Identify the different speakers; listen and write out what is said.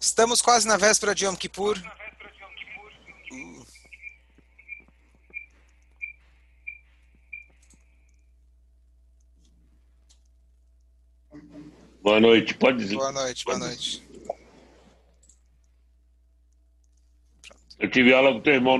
Speaker 1: Estamos quase na véspera de Yom Kippur.
Speaker 2: Boa noite, pode dizer.
Speaker 1: Boa noite, boa noite.
Speaker 2: Eu tive aula com teu irmão